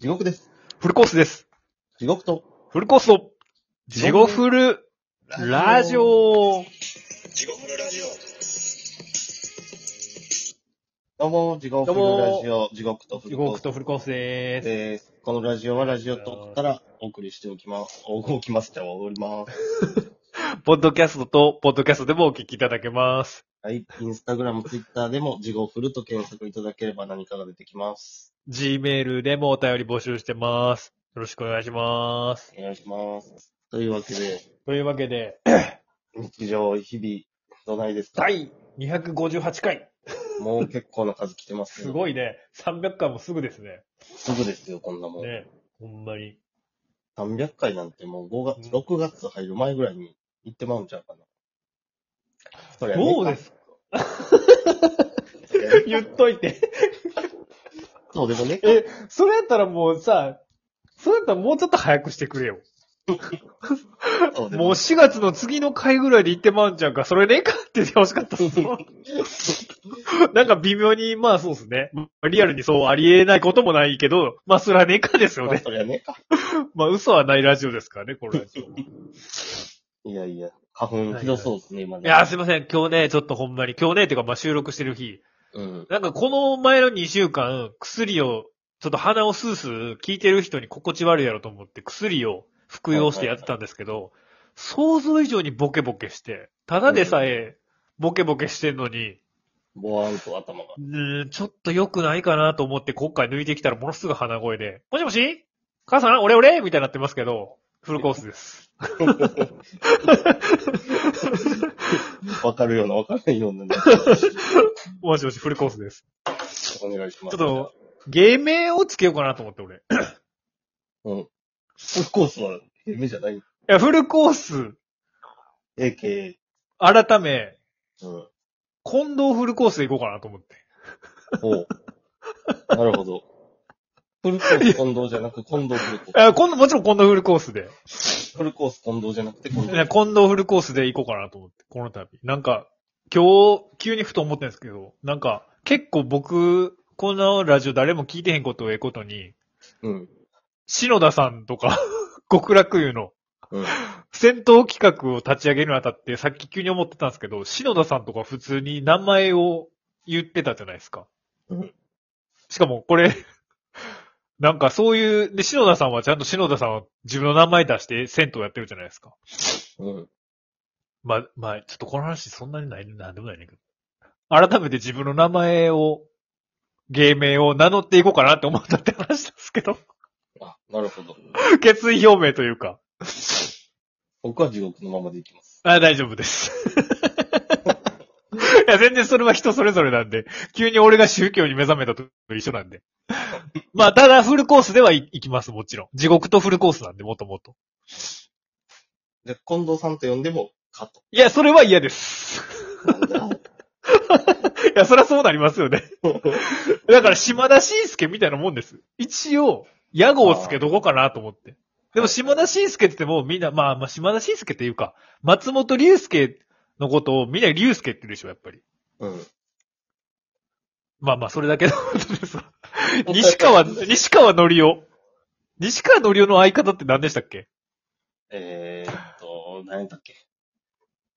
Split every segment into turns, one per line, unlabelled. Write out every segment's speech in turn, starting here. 地獄です。
フルコースです。
地獄と。
フルコースの、
地
地
獄
獄フルラジオ。
地獄フルラジオ。どうも、地獄フ
ど
ル
うも
ラジオ、地獄とフ
地
ルコー
獄
ス
とフルコースでーす。
です。このラジオはラジオトークからお送りしておきます。おおきますっております。
ポッドキャストと、ポッドキャストでもお聞きいただけます。
はい。インスタグラム、ツイッターでも地獄フルと検索いただければ何かが出てきます。
Gmail でもお便り募集してます。よろしくお願いします。
お願いします。というわけで、
というわけで、
日常、日々、どないですか
第258回。
もう結構な数来てますけ
す
ど。
ごいね。300回もすぐですね。
すぐですよ、こんなもん。
ね。ほんまに。
300回なんてもう5月、
うん
6月入る前ぐらいに行ってまうんちゃうかな。そりゃね
どう です
そりゃね
言っといて。
そうでもね。
え、それやったらもうさ、それやったらもうちょっと早くしてくれよ。
そうで
もう
もね。
4月の次の回ぐらいで行ってまうんちゃうか、それねえかって言ってほしかったっす なんか微妙に、まあそうですね。リアルにそうありえないこともないけど、まあそれはねえかですよ
まあ
ね。
そりゃねえか。
まあ嘘はないラジオですからね、こ れ。い
いやいや、花粉ひどそうですね、今ね。
やー、すいません。今日ね、ちょっとほんまに、今日ね、っていうかまあ収録してる日。
うん。
なんかこの前の2週間、薬を、ちょっと鼻をスースー聞いてる人に心地悪いやろと思って、薬を服用してやってたんですけど、想像以上にボケボケして、ただでさえ、ボケボケしてんのに、
ボワンと頭が。
うーん、ちょっと良くないかなと思って今回抜いてきたらものすぐ鼻声で、もしもし母さん俺俺みたいになってますけど、フルコースです。
わかるような、わかんないようなね。
もしもし、フルコースです。
お願いします。
ちょっと、芸名をつけようかなと思って俺。い
うん。フルコースは、夢じゃない。
や、フルコース、
AK。
改め、
うん。
近藤フルコースでいこうかなと思って。
おう。なるほど。フルコース近藤じゃなく、近藤フルコー
え、今度、もちろん近藤フルコースで。
ス。フルコース近藤じゃなくて、近
い
藤。
や近藤フルコースでいこうかなと思って、この度。なんか、今日、急にふと思ったんですけど、なんか、結構僕、このラジオ誰も聞いてへんことをええことに、
うん。
篠田さんとか、 極楽湯の
うん。
戦闘企画を立ち上げるにあたって、さっき急に思ってたんですけど、篠田さんとか普通に名前を言ってたじゃないですか。
うん
しかもこれ、なんかそういう、で、篠田さんはちゃんと篠田さんは自分の名前出して銭湯やってるじゃないですか。
うん。
まあ、まあ、ちょっとこの話そんなにない、なんでもないねんけど。改めて自分の名前を、芸名を名乗っていこうかなって思ったって話なんですけど、
あ、なるほど。
決意表明というか。
僕は地獄のままでいきます。
あ、大丈夫です。 いや、全然それは人それぞれなんで、急に俺が宗教に目覚めたと一緒なんで。まあ、ただフルコースではい、いきます、もちろん。地獄とフルコースなんで、もともと。
じゃあ、近藤さんと呼んでも、かと。
いや、それは嫌 です。
なんだ
いや、そりゃそうなりますよね。だから、島田紳介みたいなもんです。一応、屋号をつけどこかなと思って。でも、島田紳介って言っても、みんな、まあ、まあ、島田紳介っていうか、松本龍介のことを、みんな龍介って言うでしょ、やっぱり。
うん。
まあまあ、それだけのことです わ。西川、西川のりお。西川のりおの相方って何でしたっけ
えーっと、何やったっけ。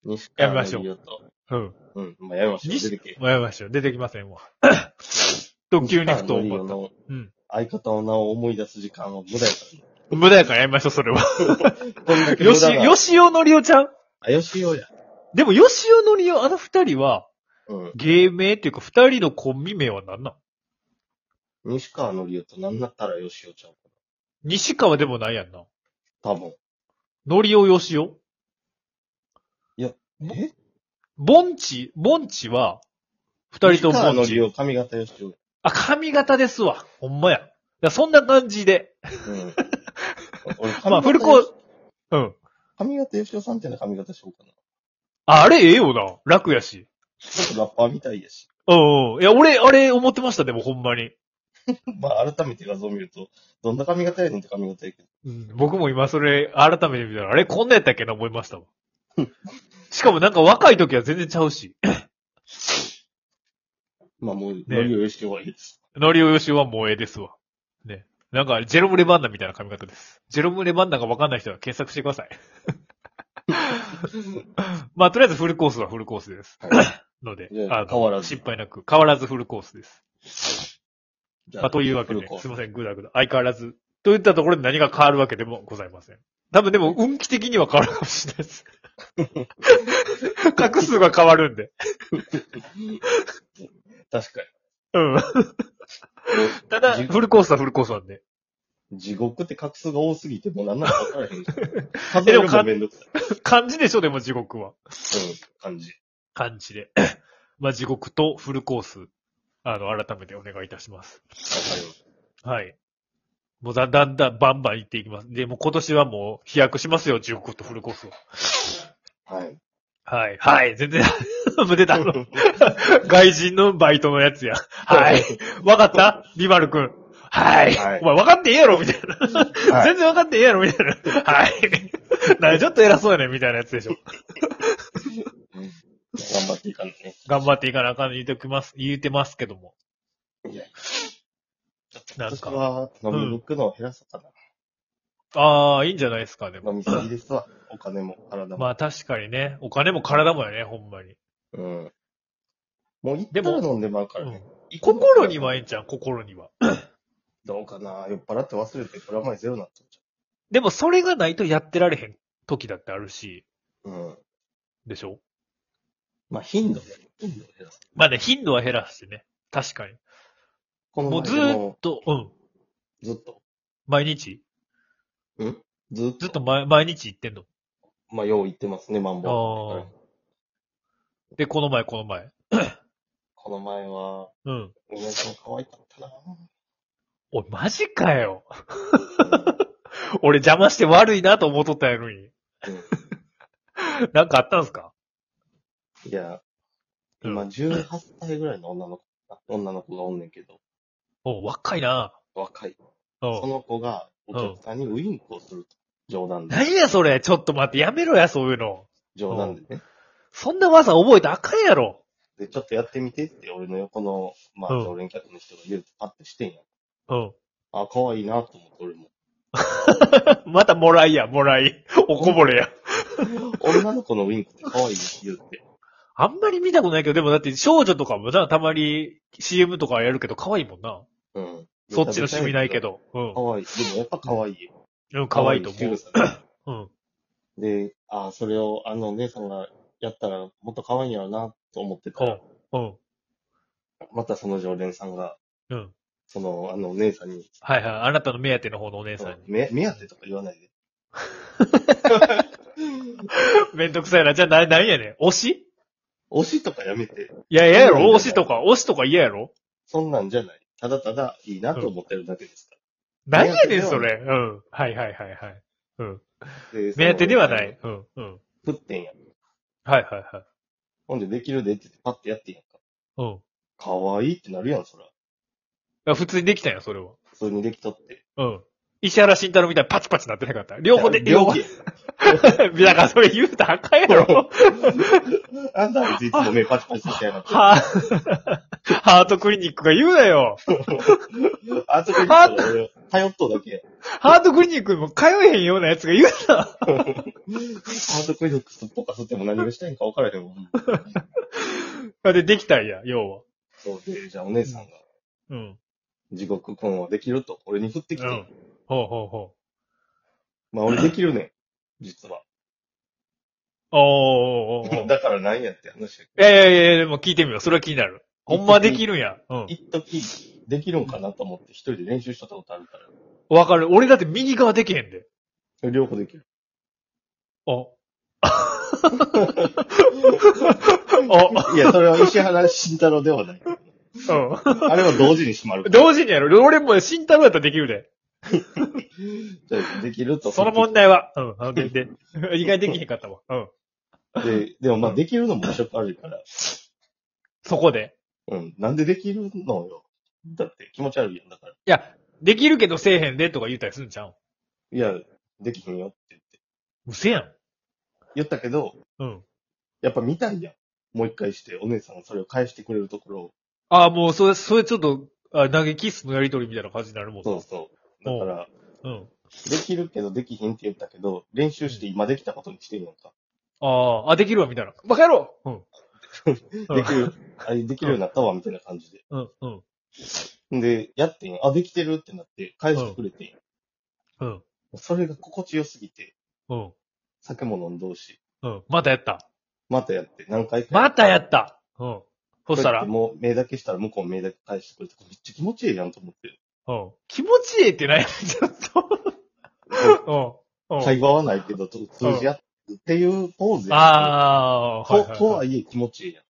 西
や
川
めましょう
のりおと。
うん。
うん。まあ、やめましょう。出
西
てけ。
もうやめましょう。出てきませ んわ。と、急にふと思った。
思った。
うん。
相方の名を思い出す時間は無駄やからね。
無駄やからやめましょう、それは。
こんだけ
よ
無
し
駄、な。
よしおのりおちゃん
あ、よしようや。
でも、よしおのりお、あの二人は、
うん。
芸名っていうか、二人のコンビ名は何なん
西川のりおと何だったらよしおちゃう
西川でもないやんな。
多分。
のりおよしおぼ
え
ぼんち、ぼんちは、二人と
西川
もぼ
の
んち
り。お、髪型よしおや。
あ、髪型ですわ。ほんまや。だからそんな感じで。
うん。俺、
まあ、フルコース。うん。
髪型よしおさんっていうの髪型しようかな。
ああれええよな。楽やし。
ちょっとラッパーみたいやし。
うんうん。いや、俺、あれ思ってました、でもほんまに。
まあ、改めて画像を見ると、どんな髪型やねんって髪型やけど。
うん、僕も今それ、改めて見たら、あれこんなやったっけな思いましたわ。 しかもなんか若い時は全然ちゃうし。
まあ、もう、ノリをよしおはいいです。
ノリオヨシオはもうええですわ。ね。なんか、ジェロム・レバンダみたいな髪型です。ジェロム・レバンダがわかんない人は検索してください。 まあ、とりあえずフルコースはフルコースです。
はい
ので
いや、
あの
変わらず
心配なく、変わらずフルコースです。
じゃ
まあ、というわけで
フルコ、ース
すいません、グダグダ。相変わらず。といったところで何が変わるわけでもございません。多分でも、運気的には変わるかもしれな いです。 画数が変わるんで。
確か
うん。
に。
ただ、
じ
フルコースはフルコースなんで。
地獄って画数が多すぎて、もう何なのか分からへん から。数えるのもめんどくさい。
漢字でしょ、でも地獄
う
は。
ん、感 じ。
感じで。 まあ、地獄とフルコース、あの、改めてお願いいたします。
わかります。
はい。もうだ、だんだん、バンバン行っていきます。で、もう今年はもう飛躍しますよ、地獄とフルコースを。
はい。
はい。はい。全然、 もう出た。あの外人のバイトのやつや。はい。わかったリマル君。はい。
はい
お前分かってええやろみたいな。
はい
全然分かってええやろみたいな。はい。 なんかちょっと偉そうやねんみたいなやつでしょ。
頑張っていかないね。
頑張っていかなあかんの言うておきます、言うてますけども。
いや
なん
私
か。
は飲みに行くのを減らそうかな。
ああ、いいんじゃないですか、でも。
飲みすぎですわ。お金も体も。
まあ確かにね、お金も体もやね、ほんまに。
うん。もう行っ
で
たら
も
飲んでまうか
う
ら
ん
ね。、
心にはいいんちゃう、心には。
どうかな酔っ払って忘れて、プラマイゼロになっちゃ
でもそれがないとやってられへん時だってあるし、
う。うん。
でしょ
まあ、頻度ね。頻度を減らす。
まあね、頻度は減らしてね。確かに。
この
もうず
前で
ーっ
も
と、うん。
ずっと。
毎日
ずっ
ずっ
と。
と毎毎日行ってんの。
まあ、よう言ってますね、マンボ
ああ。で、この前、この前。
この前は、
うん。
お姉ちゃん可愛かったな
おい、マジかよ。 俺邪魔して悪いなと思っとったやのに。
う
なんかあったんすか
ん。いや、
うん
今、18歳ぐらいの女の子、女の子がおんねんけど、
おう若いな。
若い。
お
その子が、お客さんにウインクをすると。冗談で。
何やそれちょっと待って、やめろや、そういうの。
冗談でね。
そんな技覚えたらあかんやろ。
で、ちょっとやってみてって、俺の横の、まあ、
うん
常連客の人が言うと、パッてしてんや。
うん。
あ、可愛いなと思って、俺も。
またもらいや、もらい。おこぼれや。
女の子のウインクって可愛いって言うって。
あんまり見たことないけど、でもだって少女とかもな、たまに CM とかやるけど可愛いもんな。
うん。
そっちの趣味ないけ。ど。
可愛い。でもやっぱ可愛い。
うんうん。可愛いと
可
思う
仕草ね。
うん。
で、あ、それを、あのお姉さんがやったら、もっと可愛いんやろな、と思ってた
お
ら
う、うん。
またその常連さんが、
うん。
その、あのお姉さんに、
はいはい。あなたの目当ての方のお姉さんに。
目、目当てとか言わ ないで。
めんどくさいな。じゃあな、何やねん。推し
推しとかやめて、
いや、嫌や
そうなん
ろ。
だ
推しとか、推しとか嫌やろ。
そんなんじゃない。ただただいいなと思ってるだけですか
何やねん、
目当
そ
てで
れ。うん。はいはいはいはい。うん。
ら。で
目当てではな。い。うん。うん。
その振ってんやん。
はいはいはい。
ほんで、できるでって言ってパッてやってんやんか。
うん。
可愛いってなるやん、そら。
あ普通にできたんや、それは。
普通にできとって。
うん。石原慎太郎みたいにパチパチなってなかった。両方で、
両
方
手。
だからそれ言うたらあかんやろ。
あんたはいついつも目パチパチみたいな。
はハー トクリニックが言うなよ。
あそこに行ったら俺頼っとうだけやん。
ハートクリニックにも通えへんようなやつが言うな。
ハードクイズすっぽかすっても何がしたいんか分からへんもん。
で、できたんや、要は。
そうで、じゃあお姉さんが、
うん。
地獄君はできると、俺に振ってきて。
うんほうほうほ
まあ俺できるねん、実は。
う。おー おーおーおー。
だからなんやって話や
いやいやいや、でも聞いてみよう。それは気になる。ほんまできるんや。うん。
一時できるんかなと思って一人で練習しとったことあるか
わかる。俺だって右側できへんで。
ら。両方できる。
あ。あ、
いや、それは石原慎太郎ではない。
うん。
あれは同時に閉まるから。
同時にやろ。俺も慎太郎やったらできるで。
じゃあできると。
その問題は。うん。あので、で、意外できへんかったわ。うん。
で、でもまあできるのもちょっとあるから。
そこで。
うん。なんでできるのよ。だって気持ち悪いやんだから。
いや、できるけどせえへんでとか言うたりするんちゃう
いや、できひんよって言って。
うせやん。
言ったけど、
うん。
やっぱ見たいやん。もう一回して、お姉さんがそれを返してくれるところを。
ああ、もう、それ、それちょっと、あ、投げキッスのやりとりみたいな感じになるもん。
そうそう。だから、
うん。
できるけどできひんって言ったけど、練習して今できたことにしてるやんか。
ああ、あ、できるわ、みたいな。バカ野郎うん。うん
できる、あできるようになったわ、みたいな感じで。
うん、うん、
で、やってん。あ、できてるってなって、返してくれてん。
うん、
それが心地よすぎて、
うん、
酒も飲んどうし、
うん。またやった。
またやって、何回か。
またやったうん。そした
こうやって
ら、うん。
もう目だけしたら向こうも目だけ返してくれて、めっちゃ気持ちいいやんと思っ て。
気持ちいいってない ちょっと。うん。うん。
会話はないけど、と通じ合っていうポーズやん。
ああ、
と、と
い。
はいえ気持ちいいやん。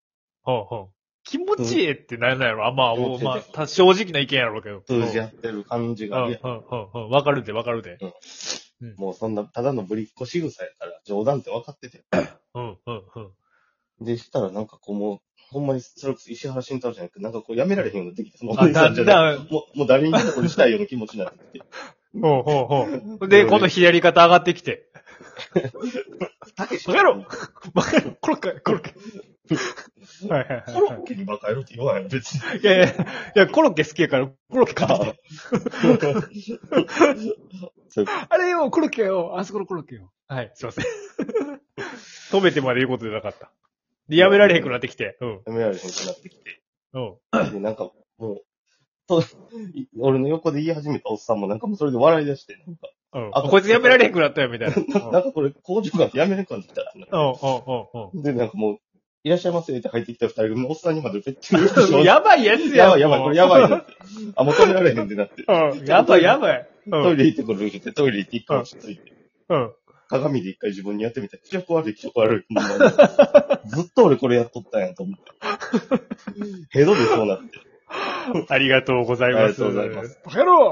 ほうほう気持ちいいってなんなんやろあ、まあ、もう、
気持ちいい
まあ
です
た、正直な意見やろうけど。
通じ合ってる感じ
うん、
があ
うん、うん
るやん。
うん、うん。わかるで、わかるで。
もうそんな、ただのぶりっこ仕草やから、冗談って分かってて。
うん、うん、うん。
でしたらなんかこうもう、ほんまに、それこそ石原慎太郎じゃなくて、なんかこうやめられへんようになってきて、もうお
あ、
姉さ
だ
ん
ん
じゃない。
だん、
もう、もう誰にでもこれしたいような気持ちになってきて。
ほうほうほう。で、今度左肩上がってきて。
たけし
バカ野郎バカ野郎、コロッケ、コロッケ。はいはい
コロッケにバカやるって言わないの、別に。
い。いやいや、いや、コロッケ好きやから、コロッケ買ってきて。
そう
あれよ、コロッケよ、あそこのコロッケよ。はい、すいま せん。止めてまで言うことじゃなかった。で、やめられへんくなってきて。うん。
やめられへんくなってきて。
うん。
で、なんか、もう、と、い俺の横で言い始めたおっさんもなんかもうそれで笑い出して、なんか、
うん。
あ
あ、こいつやめられへんくなったよ、みたい な。うん。うん。
なんかこれ工場がやめれんかってきたら、
うん。うん
で、なんかもう、いらっしゃいませって入ってきた二人組のおっさんにまで別に言ってしま
うん。
う。
やばいやつ
やば
やん
いやばい、これやばいなって。あ、もう止められへんってな って。
うん。やばいやばい。う
トイ
ん。
レ行ってくるって、トイレ行って一回落ち着いて。
うん。
鏡で一回自分にやってみたら、気色悪い、気色悪い。ほんま にずっと俺これやっとったんやと思 って。ヘドでそうなって。
ありがとうございます。。
ありがとうございます
バカ野郎